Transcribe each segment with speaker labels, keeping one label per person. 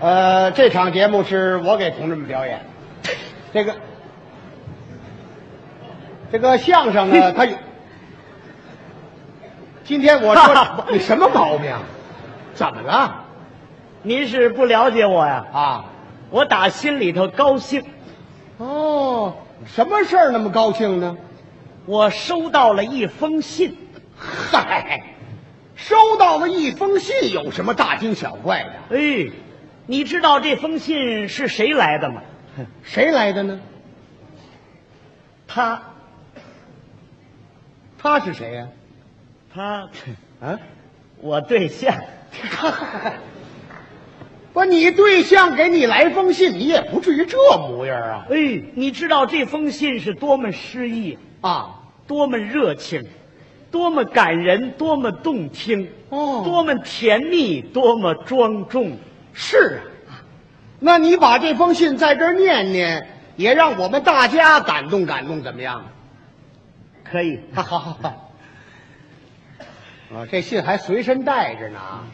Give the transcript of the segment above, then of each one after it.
Speaker 1: 呃，这场节目是我给同志们表演，这个这个相声呢，它有。今天我说你什么毛病？怎么了？
Speaker 2: 您是不了解我呀？
Speaker 1: 啊？
Speaker 2: 我打心里头高兴，
Speaker 1: 哦，什么事儿那么高兴呢？
Speaker 2: 我收到了一封信，
Speaker 1: 嗨，收到了一封信，有什么大惊小怪的？
Speaker 2: 哎，你知道这封信是谁来的吗？
Speaker 1: 谁来的呢？
Speaker 2: 他，
Speaker 1: 他是谁呀、
Speaker 2: 他，
Speaker 1: 啊？
Speaker 2: 我对象，
Speaker 1: 不，你对象给你来封信，你也不至于这模样啊！
Speaker 2: 哎，你知道这封信是多么诗意，
Speaker 1: 啊，
Speaker 2: 多么热情，多么感人，多么动听，
Speaker 1: 哦
Speaker 2: 多么甜蜜，多么庄重。
Speaker 1: 是啊，那你把这封信在这儿念念，也让我们大家感动感动，怎么 样？
Speaker 2: 可以，
Speaker 1: 好好好好。啊，这信还随身带着呢啊！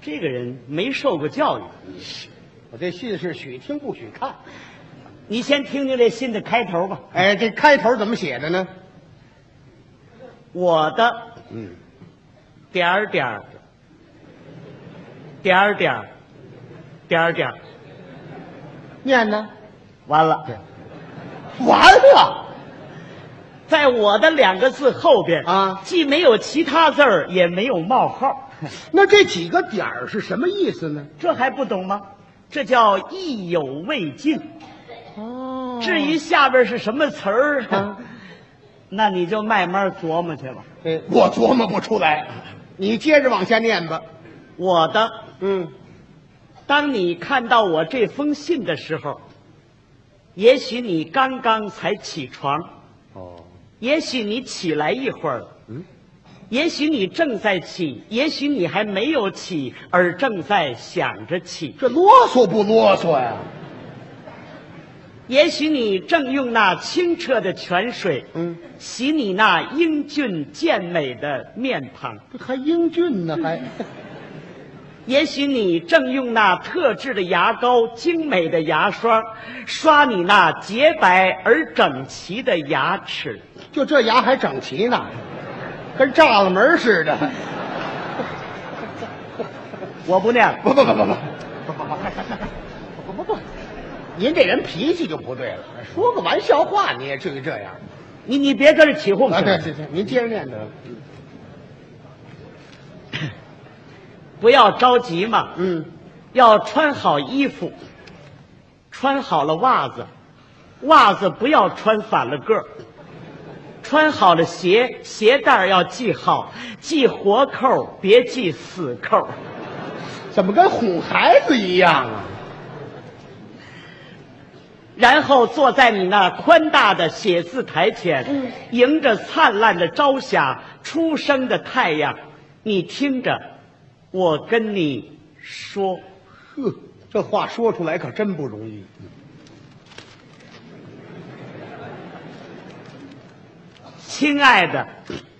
Speaker 2: 这个人没受过教育，
Speaker 1: 我这信是许听不许看。
Speaker 2: 你先听听这信的开头吧。
Speaker 1: 哎，这开头怎么写的呢？
Speaker 2: 我的
Speaker 1: 嗯，
Speaker 2: 点儿点儿，点儿点儿，点儿点儿，
Speaker 1: 念呢？
Speaker 2: 完了，
Speaker 1: 完了，
Speaker 2: 在我的两个字后边
Speaker 1: 啊
Speaker 2: 既没有其他字儿，也没有冒号，
Speaker 1: 那这几个点儿是什么意思呢？
Speaker 2: 这还不懂吗？这叫意有未尽。
Speaker 1: 哦
Speaker 2: 至于下边是什么词儿，
Speaker 1: 啊
Speaker 2: 那你就慢慢琢磨去吧。
Speaker 1: 哎，我琢磨不出来，你接着往下念吧。
Speaker 2: 我的，
Speaker 1: 嗯，
Speaker 2: 当你看到我这封信的时候，也许你刚刚才起床。
Speaker 1: 哦，
Speaker 2: 也许你起来一会儿，
Speaker 1: 嗯，
Speaker 2: 也许你正在起，也许你还没有起，而正在想着起。
Speaker 1: 这啰嗦不啰嗦呀？
Speaker 2: 也许你正用那清澈的泉水，
Speaker 1: 嗯，
Speaker 2: 洗你那英俊健美的面庞。
Speaker 1: 这还英俊呢，还
Speaker 2: 也许你正用那特制的牙膏、精美的牙刷，刷你那洁白而整齐的牙齿。
Speaker 1: 就这牙还整齐呢，跟栅栏门似的。
Speaker 2: 我不念了，
Speaker 1: 不不不不不不不不不，您这人脾气就不对了，说个玩笑话你也至于这样？
Speaker 2: 你你别跟着起哄
Speaker 1: 啊，
Speaker 2: 去
Speaker 1: 对对对，您接着念得了。
Speaker 2: 不要着急嘛。
Speaker 1: 嗯，
Speaker 2: 要穿好衣服，穿好了袜子，袜子不要穿反了个儿。穿好了鞋，鞋带儿要系好，系活扣儿，别系死扣儿。
Speaker 1: 怎么跟哄孩子一样啊？
Speaker 2: 然后坐在你那宽大的写字台前，迎着灿烂的朝霞、初升的太阳，你听着，我跟你说，
Speaker 1: 呵，这话说出来可真不容易。
Speaker 2: 亲爱的，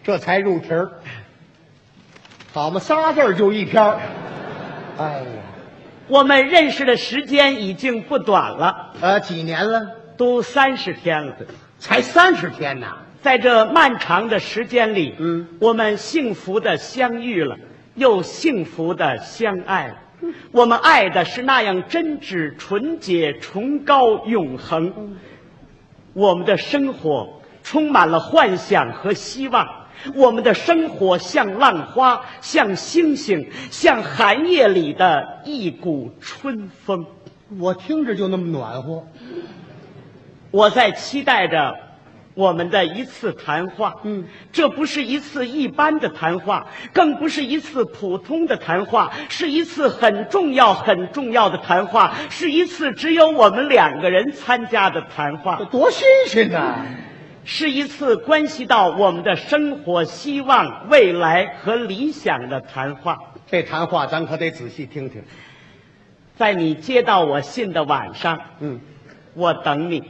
Speaker 1: 这才入题儿。好嘛，仨字儿就一篇儿。哎呀，
Speaker 2: 我们认识的时间已经不短了。
Speaker 1: 呃，几年了？
Speaker 2: 都三十天了，
Speaker 1: 才三十天呐！
Speaker 2: 在这漫长的时间里，
Speaker 1: 嗯，
Speaker 2: 我们幸福的相遇了，又幸福的相爱了。我们爱的是那样真挚、纯洁、崇高、永恒。我们的生活充满了幻想和希望。我们的生活像浪花，像星星，像寒夜里的一股春风。
Speaker 1: 我听着就那么暖和。
Speaker 2: 我在期待着我们的一次谈话。
Speaker 1: 嗯，
Speaker 2: 这不是一次一般的谈话，更不是一次普通的谈话，是一次很重要、很重要的谈话，是一次只有我们两个人参加的谈话
Speaker 1: 这。多新鲜呐！
Speaker 2: 是一次关系到我们的生活、希望、未来和理想的谈话。
Speaker 1: 这谈话咱可得仔细听听。
Speaker 2: 在你接到我信的晚上，
Speaker 1: 嗯，
Speaker 2: 我等你。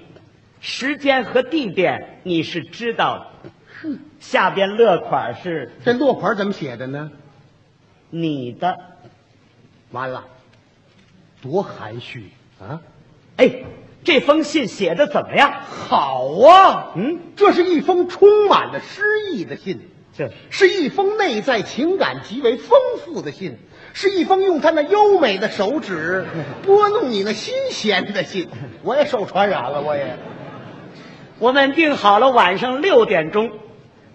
Speaker 2: 时间和地点你是知道的，下边乐款是
Speaker 1: 这落款怎么写的呢？
Speaker 2: 你的，
Speaker 1: 完了，多含蓄啊！
Speaker 2: 哎，这封信写的怎么样？
Speaker 1: 好啊，
Speaker 2: 嗯，
Speaker 1: 这是一封充满了诗意的信，
Speaker 2: 这
Speaker 1: 是一封内在情感极为丰富的信，是一封用他那优美的手指 拨弄你那心弦的信。我也受传染了，我也
Speaker 2: 我们定好了晚上六点钟，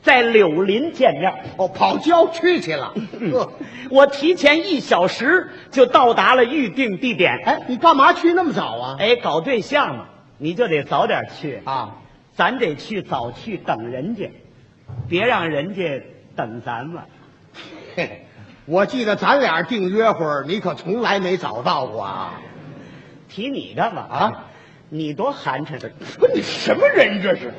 Speaker 2: 在柳林见面。哦
Speaker 1: 哦，跑郊区去 了。哦呵
Speaker 2: 我提前一小时就到达了预定地点。
Speaker 1: 哎，你干嘛去那么早啊？
Speaker 2: 哎，搞对象嘛，你就得早点去，
Speaker 1: 啊，
Speaker 2: 咱得去早去等人家，别让人家等咱们。
Speaker 1: 嘿嘿我记得咱俩订约会儿，你可从来没早到过啊！
Speaker 2: 提你干嘛
Speaker 1: 啊？
Speaker 2: 你多寒碜！
Speaker 1: 说你什么人这是？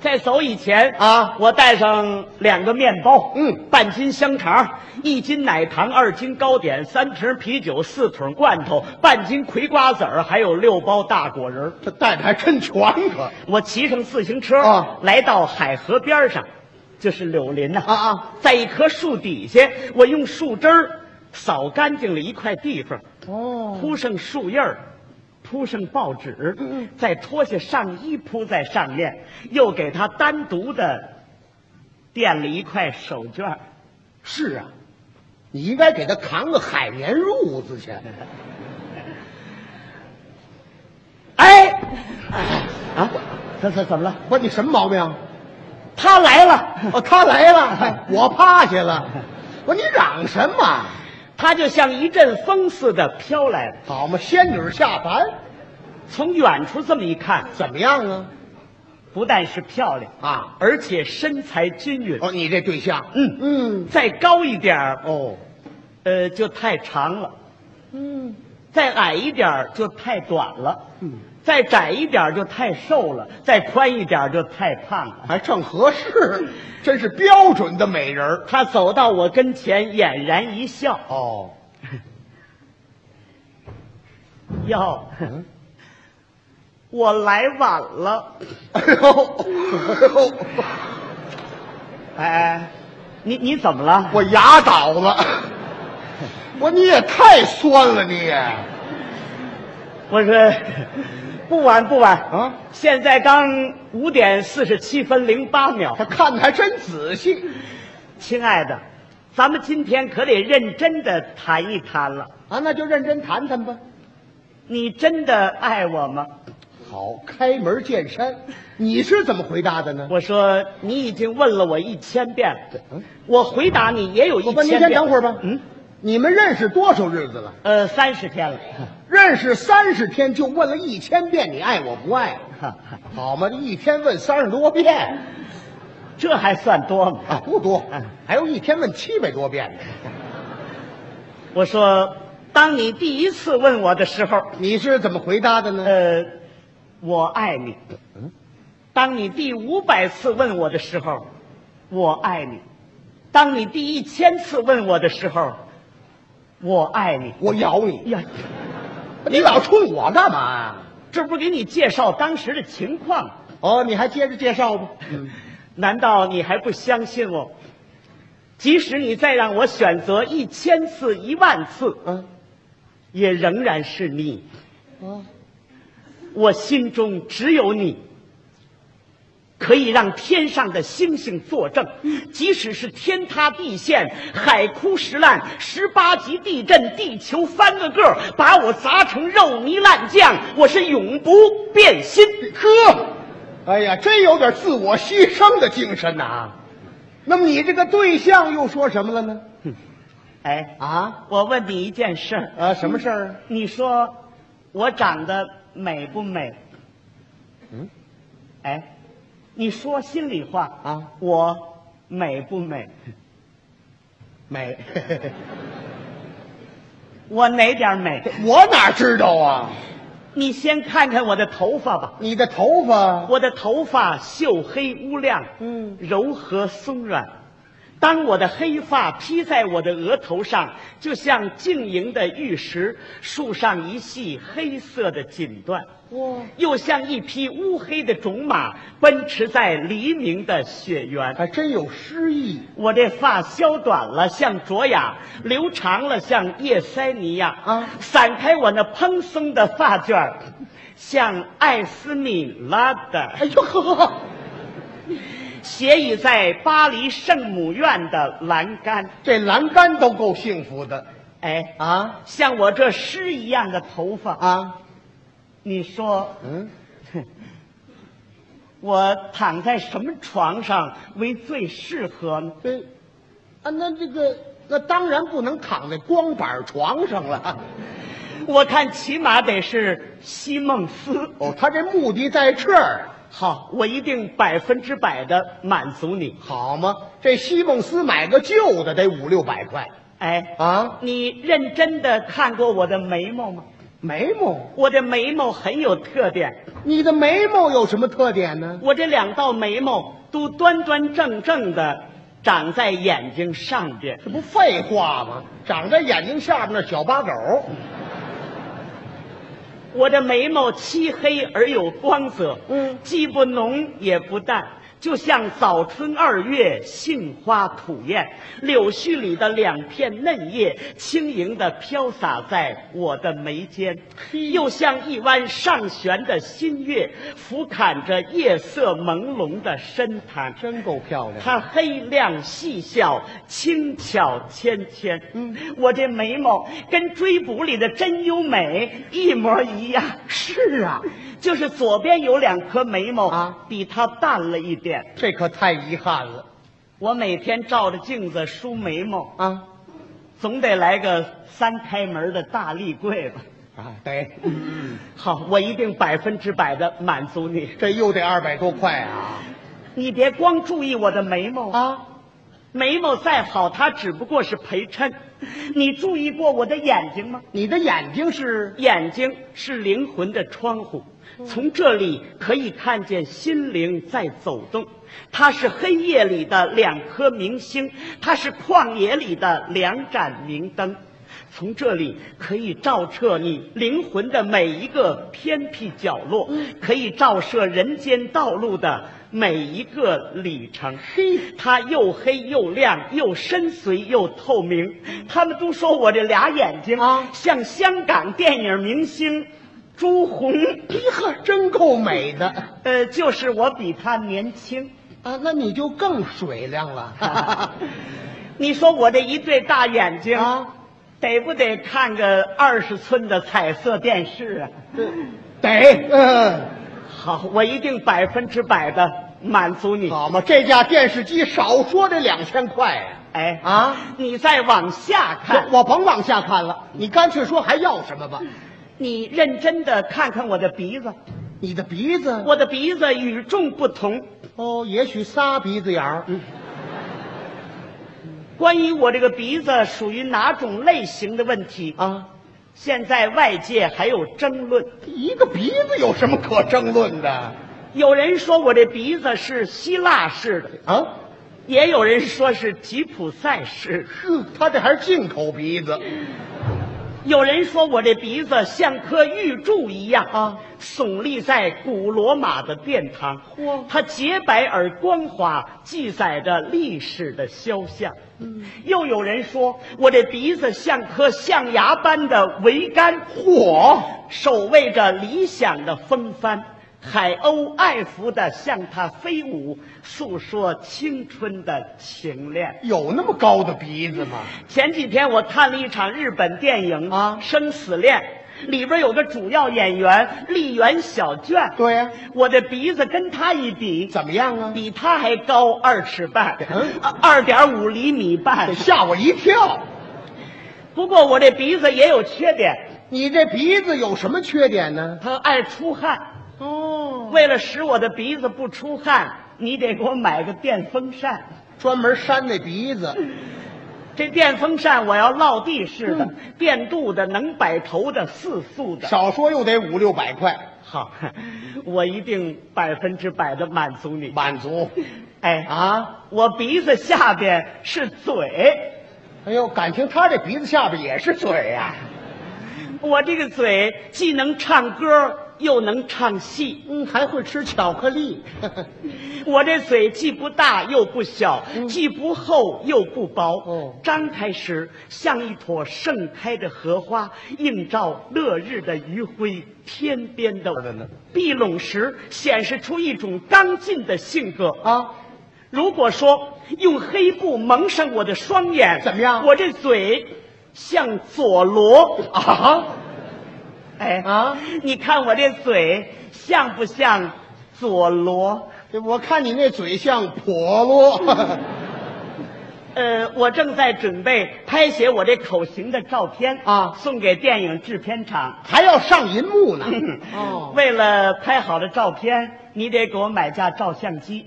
Speaker 2: 在走以前
Speaker 1: 啊
Speaker 2: 我带上两个面包，
Speaker 1: 嗯，
Speaker 2: 半斤香肠，一斤奶糖，二斤糕点，三瓶啤酒，四桶罐头，半斤葵瓜子儿，还有六包大果仁儿。
Speaker 1: 这带的还真全可
Speaker 2: 我骑上自行车，
Speaker 1: 啊
Speaker 2: 来到海河边上，就是柳林呐、
Speaker 1: 啊啊！
Speaker 2: 在一棵树底下，我用树枝儿扫干净了一块地方，
Speaker 1: 哦，
Speaker 2: 铺上树叶儿，铺上报纸
Speaker 1: 嗯嗯，
Speaker 2: 再脱下上衣铺在上面，又给它单独的垫了一块手绢儿。
Speaker 1: 是啊，你应该给他扛个海绵褥子去。
Speaker 2: 哎，啊，怎怎怎么了？
Speaker 1: 我说你什么毛 病？
Speaker 2: 他来了，
Speaker 1: 哦，他来了， 哎我趴下了。我说你嚷什么？
Speaker 2: 他就像一阵风似的飘来了。
Speaker 1: 好嘛，仙女下凡，
Speaker 2: 从远处这么一看，
Speaker 1: 怎么样啊？
Speaker 2: 不但是漂亮，
Speaker 1: 啊，
Speaker 2: 而且身材均匀。
Speaker 1: 哦，你这对象，
Speaker 2: 嗯
Speaker 1: 嗯，
Speaker 2: 再高一点儿，
Speaker 1: 哦，
Speaker 2: 呃，就太长了；
Speaker 1: 嗯
Speaker 2: 再矮一点儿就太短了；
Speaker 1: 嗯，
Speaker 2: 再窄一点儿就太瘦了；再宽一点儿就太胖了。
Speaker 1: 还正合适， 真是标准的美人儿。
Speaker 2: 他走到我跟前，俨然一笑
Speaker 1: 哦，：“
Speaker 2: 哟，
Speaker 1: 嗯，
Speaker 2: 我来晚了。
Speaker 1: 哎呦，哎呦。”
Speaker 2: 哎，你你怎么了？
Speaker 1: 我牙倒 了，我你也太酸了，你也
Speaker 2: 我说 不晚不晚
Speaker 1: 啊！
Speaker 2: 现在刚五点四十七分零八秒
Speaker 1: 他。看的还真仔细
Speaker 2: 亲爱的，咱们今天可得认真的谈一谈了。
Speaker 1: 啊，那就认真谈谈吧。
Speaker 2: 你真的爱我吗？
Speaker 1: 好，开门见山，你是怎么回答的呢？
Speaker 2: 我说你已经问了我一千遍了，
Speaker 1: 嗯
Speaker 2: 我回答你也有一
Speaker 1: 我
Speaker 2: 千
Speaker 1: 不，
Speaker 2: 遍。
Speaker 1: 您先等会儿吧。
Speaker 2: 嗯，，
Speaker 1: 你们认识多少日子了？
Speaker 2: 呃，三十天了。
Speaker 1: 认识三十天就问了一千遍你爱我不爱，好嘛，这一天问三十多遍
Speaker 2: 这还算多吗？
Speaker 1: 啊，不多
Speaker 2: 嗯，
Speaker 1: 还有一天问七百多遍呢。
Speaker 2: 我说，当你第一次问我的时候，
Speaker 1: 你是怎么回答的呢？
Speaker 2: 呃，我爱你。
Speaker 1: 嗯，
Speaker 2: 当你第五百次问我的时候，我爱你；当你第一千次问我的时候，我爱你。
Speaker 1: 我咬你，
Speaker 2: 呀，呃
Speaker 1: 你老冲我干嘛呀？
Speaker 2: 这不给你介绍当时的情况吗，
Speaker 1: 哦，你还接着介绍吧。
Speaker 2: 嗯难道你还不相信我？即使你再让我选择一千次、一万次，
Speaker 1: 嗯，
Speaker 2: 也仍然是你。
Speaker 1: 啊，
Speaker 2: 我心中只有你，可以让天上的星星作证，即使是天塌地陷、海枯石烂、十八级地震，地球翻个个儿，把我砸成肉泥烂酱，我是永不变心。
Speaker 1: 呵，哎呀，真有点自我牺牲的精神呐、那么你这个对象又说什么了呢？
Speaker 2: 哎，
Speaker 1: 啊
Speaker 2: 我问你一件事儿，
Speaker 1: 啊，什么事儿啊？
Speaker 2: 你说我长得美不美？
Speaker 1: 嗯，
Speaker 2: 哎，你说心里话
Speaker 1: 啊，
Speaker 2: 我美不美？
Speaker 1: 美，
Speaker 2: 我哪点儿美？
Speaker 1: 我哪知道啊？
Speaker 2: 你先看看我的头发吧，
Speaker 1: 你的头发，
Speaker 2: 我的头发秀黑乌亮，
Speaker 1: 嗯，
Speaker 2: 柔和松软，当我的黑发披在我的额头上，就像晶莹的玉石，束上一系黑色的锦缎，
Speaker 1: 哇，
Speaker 2: 又像一匹乌黑的种马奔驰在黎明的雪原。
Speaker 1: 还真有诗意。
Speaker 2: 我这发削短了，像卓雅；留长了，像叶塞尼亚。
Speaker 1: 啊
Speaker 2: 散开我那蓬松的发卷儿，像艾斯米拉的。
Speaker 1: 哎呦呵，
Speaker 2: 斜倚在巴黎圣母院的栏杆，
Speaker 1: 这栏杆都够幸福的
Speaker 2: 哎，
Speaker 1: 啊
Speaker 2: 像我这诗一样的头发，
Speaker 1: 啊！
Speaker 2: 你说
Speaker 1: 嗯，
Speaker 2: 我躺在什么床上为最适合呢？
Speaker 1: 对，啊，那这个那当然不能躺在光板床上了。
Speaker 2: 我看起码得是西梦思。
Speaker 1: 哦，他这目的在这儿，
Speaker 2: 好，我一定百分之百的满足你。
Speaker 1: 好吗？这西蒙斯买个旧的得五六百块
Speaker 2: 哎，
Speaker 1: 啊，
Speaker 2: 你认真的看过我的眉毛吗？
Speaker 1: 眉毛，
Speaker 2: 我的眉毛很有特点，
Speaker 1: 你的眉毛有什么特点呢？
Speaker 2: 我这两道眉毛都端端正正的长在眼睛上边。
Speaker 1: 这不废话吗？长在眼睛下边那小八狗，
Speaker 2: 我的眉毛漆黑而有光泽，
Speaker 1: 嗯
Speaker 2: 既不浓也不淡，就像早春二月杏花吐艳，柳絮里的两片嫩叶轻盈地飘洒在我的眉间，
Speaker 1: 嘿
Speaker 2: 又像一弯上旋的新月，俯瞰着夜色朦胧的深潭。
Speaker 1: 真够漂亮。
Speaker 2: 它黑亮细小，轻巧纤纤。
Speaker 1: 嗯，
Speaker 2: 我这眉毛跟追捕里的真优美一模一样。是啊，就是左边有两颗眉毛
Speaker 1: 啊，
Speaker 2: 比它淡了一点。
Speaker 1: 这可太遗憾了
Speaker 2: 我每天照着镜子梳眉毛，
Speaker 1: 啊
Speaker 2: 总得来个三开门的大立柜吧。
Speaker 1: 啊！得，
Speaker 2: 好，我一定百分之百的满足你。
Speaker 1: 这又得二百多块啊
Speaker 2: 你别光注意我的眉毛
Speaker 1: 啊！
Speaker 2: 眉毛再好，它只不过是陪衬。你注意过我的眼睛吗？
Speaker 1: 你的眼睛是
Speaker 2: 眼睛是灵魂的窗户，从这里可以看见心灵在走动。它是黑夜里的两颗明星，它是旷野里的两盏明灯。从这里可以照彻你灵魂的每一个偏僻角落，可以照射人间道路的每一个里程。
Speaker 1: 嘿，
Speaker 2: 它又黑又亮，又深邃又透明。他们都说我这俩眼睛
Speaker 1: 啊
Speaker 2: 像香港电影明星朱红。
Speaker 1: 你呵，真够美的啊！
Speaker 2: 呃，就是我比他年 轻。
Speaker 1: 那你就更水亮了
Speaker 2: 你说我这一对大眼睛，
Speaker 1: 啊！
Speaker 2: 得不得看个二十寸的彩色电视啊？
Speaker 1: 这得，嗯，
Speaker 2: 好，我一定百分之百的满足你。
Speaker 1: 好嘛，这架电视机少说这两千块呀、
Speaker 2: 哎
Speaker 1: 啊！
Speaker 2: 你再往下看，嗯
Speaker 1: 我我甭往下看了，你干脆说还要什么吧。
Speaker 2: 你认真的看看我的鼻子，
Speaker 1: 你的鼻子，
Speaker 2: 我的鼻子与众不同。
Speaker 1: 哦，也许仨鼻子眼儿，
Speaker 2: 嗯关于我这个鼻子属于哪种类型的问题，
Speaker 1: 啊，
Speaker 2: 现在外界还有争论。
Speaker 1: 一个鼻子有什么可争论的
Speaker 2: 有人说我这鼻子是希腊式的，
Speaker 1: 啊？
Speaker 2: 也有人说是吉普赛式的，
Speaker 1: 哼，他这还是进口鼻子，
Speaker 2: 有人说我这鼻子像颗玉柱一样
Speaker 1: 啊，
Speaker 2: 耸立在古罗马的殿堂
Speaker 1: 嚯，
Speaker 2: 它洁白而光滑，记载着历史的肖像。
Speaker 1: 嗯
Speaker 2: 又有人说我这鼻子像颗象牙般的桅杆，
Speaker 1: 嚯，
Speaker 2: 守卫着理想的风帆，海鸥爱抚地向它飞舞，诉说青春的情恋。
Speaker 1: 有那么高的鼻子吗？
Speaker 2: 前几天我看了一场日本电影
Speaker 1: 啊
Speaker 2: 生死恋》，里边有个主要演员丽媛小娟，
Speaker 1: 对呀、
Speaker 2: 我的鼻子跟她一比，
Speaker 1: 怎么样啊？
Speaker 2: 比她还高二尺半
Speaker 1: 嗯，
Speaker 2: 二点五厘米半
Speaker 1: 得。吓我一跳！
Speaker 2: 不过我这鼻子也有缺点，
Speaker 1: 你这鼻子有什么缺点呢？
Speaker 2: 它爱出汗。
Speaker 1: 哦，
Speaker 2: 为了使我的鼻子不出汗，你得给我买个电风扇。
Speaker 1: 专门扇那鼻子，
Speaker 2: 这电风扇我要落地式的
Speaker 1: 嗯、
Speaker 2: 电镀的、能摆头的、四速的。
Speaker 1: 少说又得五六百块，
Speaker 2: 好，我一定百分之百的满足你。
Speaker 1: 满足。
Speaker 2: 哎
Speaker 1: 啊！
Speaker 2: 我鼻子下边是嘴，
Speaker 1: 哎呦，感情他这鼻子下边也是嘴呀、
Speaker 2: 我这个嘴既能唱歌又能唱戏，
Speaker 1: 嗯，还会吃巧克力。
Speaker 2: 我这嘴既不大又不小，既不厚又不薄，
Speaker 1: 哦
Speaker 2: 张开时像一朵盛开的荷花，映照落日的余晖，天边的
Speaker 1: 是的呢
Speaker 2: 闭拢时显示出一种刚劲的性格
Speaker 1: 啊，
Speaker 2: 如果说用黑布蒙上我的双眼，
Speaker 1: 怎么样
Speaker 2: 我这嘴像佐罗
Speaker 1: 啊！
Speaker 2: 哎
Speaker 1: 啊！
Speaker 2: 你看我这嘴像不像佐罗？
Speaker 1: 我看你那嘴像婆罗，
Speaker 2: 呃，我正在准备拍写我这口型的照片
Speaker 1: 啊
Speaker 2: 送给电影制片厂。
Speaker 1: 还要上银幕 呢。哎
Speaker 2: 为了拍好的照片，你得给我买架照相机。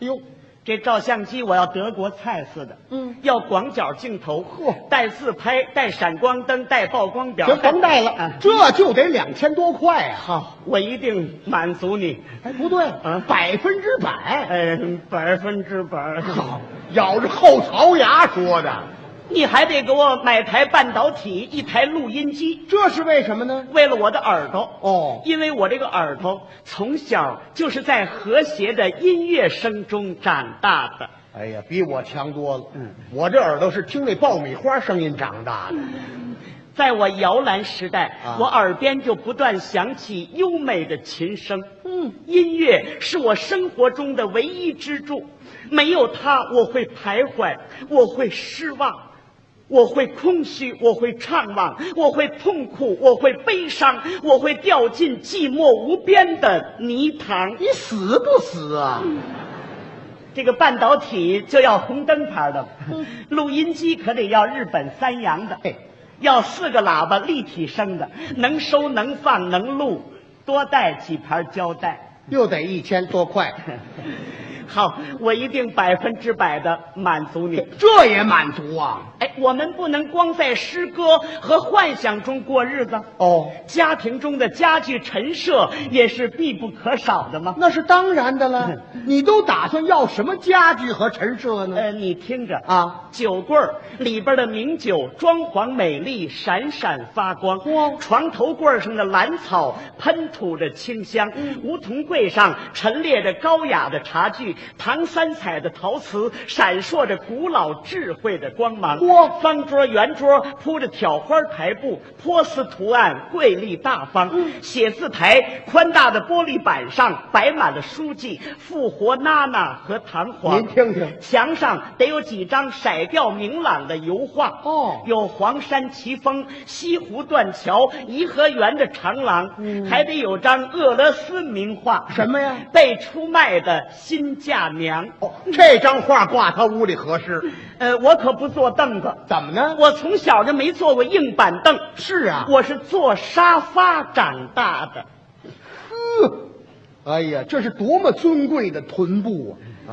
Speaker 1: 呦，
Speaker 2: 这照相机我要德国蔡司的，
Speaker 1: 嗯，
Speaker 2: 要广角镜头，
Speaker 1: 嚯
Speaker 2: 带自拍，带闪光灯，带曝光表，
Speaker 1: 别甭带了
Speaker 2: 啊，
Speaker 1: 这就得两千多块啊！
Speaker 2: 好，我一定满足你，
Speaker 1: 哎，不对
Speaker 2: 啊，
Speaker 1: 百分之百。
Speaker 2: 呃，百分之百。
Speaker 1: 好，咬着后槽牙说的，
Speaker 2: 你还得给我买台半导体，一台录音机，
Speaker 1: 这是为什么呢？
Speaker 2: 为了我的耳朵。
Speaker 1: 哦，
Speaker 2: 因为我这个耳朵从小就是在和谐的音乐声中长大的。
Speaker 1: 哎呀，比我强多了。嗯，我这耳朵是听那爆米花声音长大的。
Speaker 2: 在我摇篮时代，
Speaker 1: 啊
Speaker 2: 我耳边就不断响起优美的琴声。
Speaker 1: 嗯，
Speaker 2: 音乐是我生活中的唯一支柱，没有它，我会徘徊，我会失望，我会空虚，我会怅惘，我会痛苦，我会悲伤，我会掉进寂寞无边的泥塘。
Speaker 1: 你死不死啊？
Speaker 2: 这个半导体就要红灯牌的，录音机可得要日本三洋的
Speaker 1: 嘿，
Speaker 2: 要四个喇叭立体声的，能收能放能录，多带几盘胶带。
Speaker 1: 又得一千多 块，
Speaker 2: 好，我一定百分之百的满足你。
Speaker 1: 这也满足啊？
Speaker 2: 哎，我们不能光在诗歌和幻想中过日子，
Speaker 1: 哦，
Speaker 2: 家庭中的家具陈设也是必不可少的嘛。
Speaker 1: 那是当然的了。你都打算要什么家具和陈设呢？
Speaker 2: 呃，你听着
Speaker 1: 啊，
Speaker 2: 酒柜儿里边的名酒装潢美丽，闪闪发光。
Speaker 1: 哇
Speaker 2: 床头柜上的兰草喷吐着清香，梧桐柜上陈列着高雅的茶具，唐三彩的陶瓷闪烁着古老智慧的光芒。
Speaker 1: 哇
Speaker 2: 方桌、圆桌铺着挑花台布，波斯图案，瑰丽大方。
Speaker 1: 嗯
Speaker 2: 写字台宽大的玻璃板上摆满了书籍，复活娜娜和弹簧。
Speaker 1: 您听听，
Speaker 2: 墙上得有几张色调明朗的油画
Speaker 1: 哦
Speaker 2: 有黄山奇峰、西湖断桥、颐和园的长廊，还得有张俄罗斯名画，
Speaker 1: 嗯什么呀？
Speaker 2: 被出卖的新嫁娘。
Speaker 1: 哦，这张画挂他屋里合适？
Speaker 2: 呃，我可不坐凳子，
Speaker 1: 怎么呢？
Speaker 2: 我从小就没坐过硬板凳，
Speaker 1: 是啊，
Speaker 2: 我是坐沙发长大的。
Speaker 1: 嗯哎呀，这是多么尊贵的臀部啊！啊，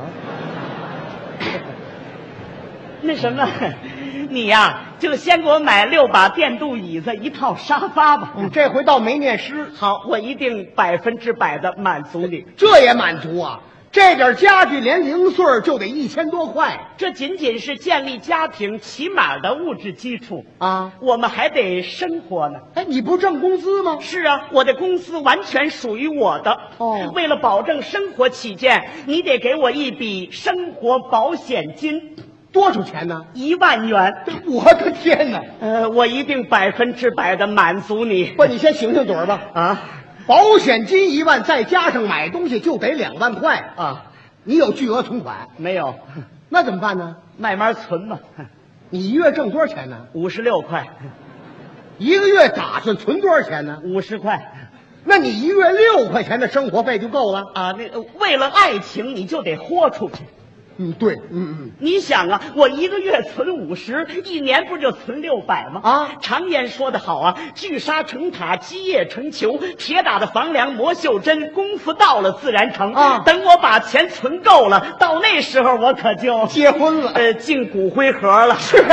Speaker 2: 那什么， 你呀、就先给我买六把电动椅子，一套沙发吧。
Speaker 1: 你这回倒没念诗，
Speaker 2: 好，我一定百分之百的满足你。
Speaker 1: 这也满足啊！这点家具连零碎儿就得一千多块
Speaker 2: 这仅仅是建立家庭起码的物质基础，
Speaker 1: 啊！
Speaker 2: 我们还得生活呢。
Speaker 1: 哎，你不挣工资吗？
Speaker 2: 是啊，我的工资完全属于我的。
Speaker 1: 哦
Speaker 2: 为了保证生活起见，你得给我一笔生活保险金，
Speaker 1: 多少钱呢？
Speaker 2: 一万元。
Speaker 1: 我的天哪！
Speaker 2: 呃，我一定百分之百的满足你
Speaker 1: 不，你先醒醒盹儿吧。
Speaker 2: 啊
Speaker 1: 保险金一万，再加上买东西就得两万块。
Speaker 2: 啊！
Speaker 1: 你有巨额存款，
Speaker 2: 没有，
Speaker 1: 那怎么办呢？
Speaker 2: 慢慢存吧，
Speaker 1: 你一月挣多少钱呢？
Speaker 2: 五十六块，
Speaker 1: 一个月打算存多少钱呢？
Speaker 2: 五十块
Speaker 1: 那你一月六块钱的生活费就够了。
Speaker 2: 啊！那个为了爱情，你就得豁出去。
Speaker 1: 嗯，对，嗯
Speaker 2: 你想啊，我一个月存五十，一年不就存六百吗？
Speaker 1: 啊
Speaker 2: 常言说得好啊，聚沙成塔，积液成球，铁打的房梁磨袖针，功夫到了自然成
Speaker 1: 啊
Speaker 2: 等我把钱存够了，到那时候我可就
Speaker 1: 嗯，结婚了。
Speaker 2: 呃进骨灰盒了。
Speaker 1: 是。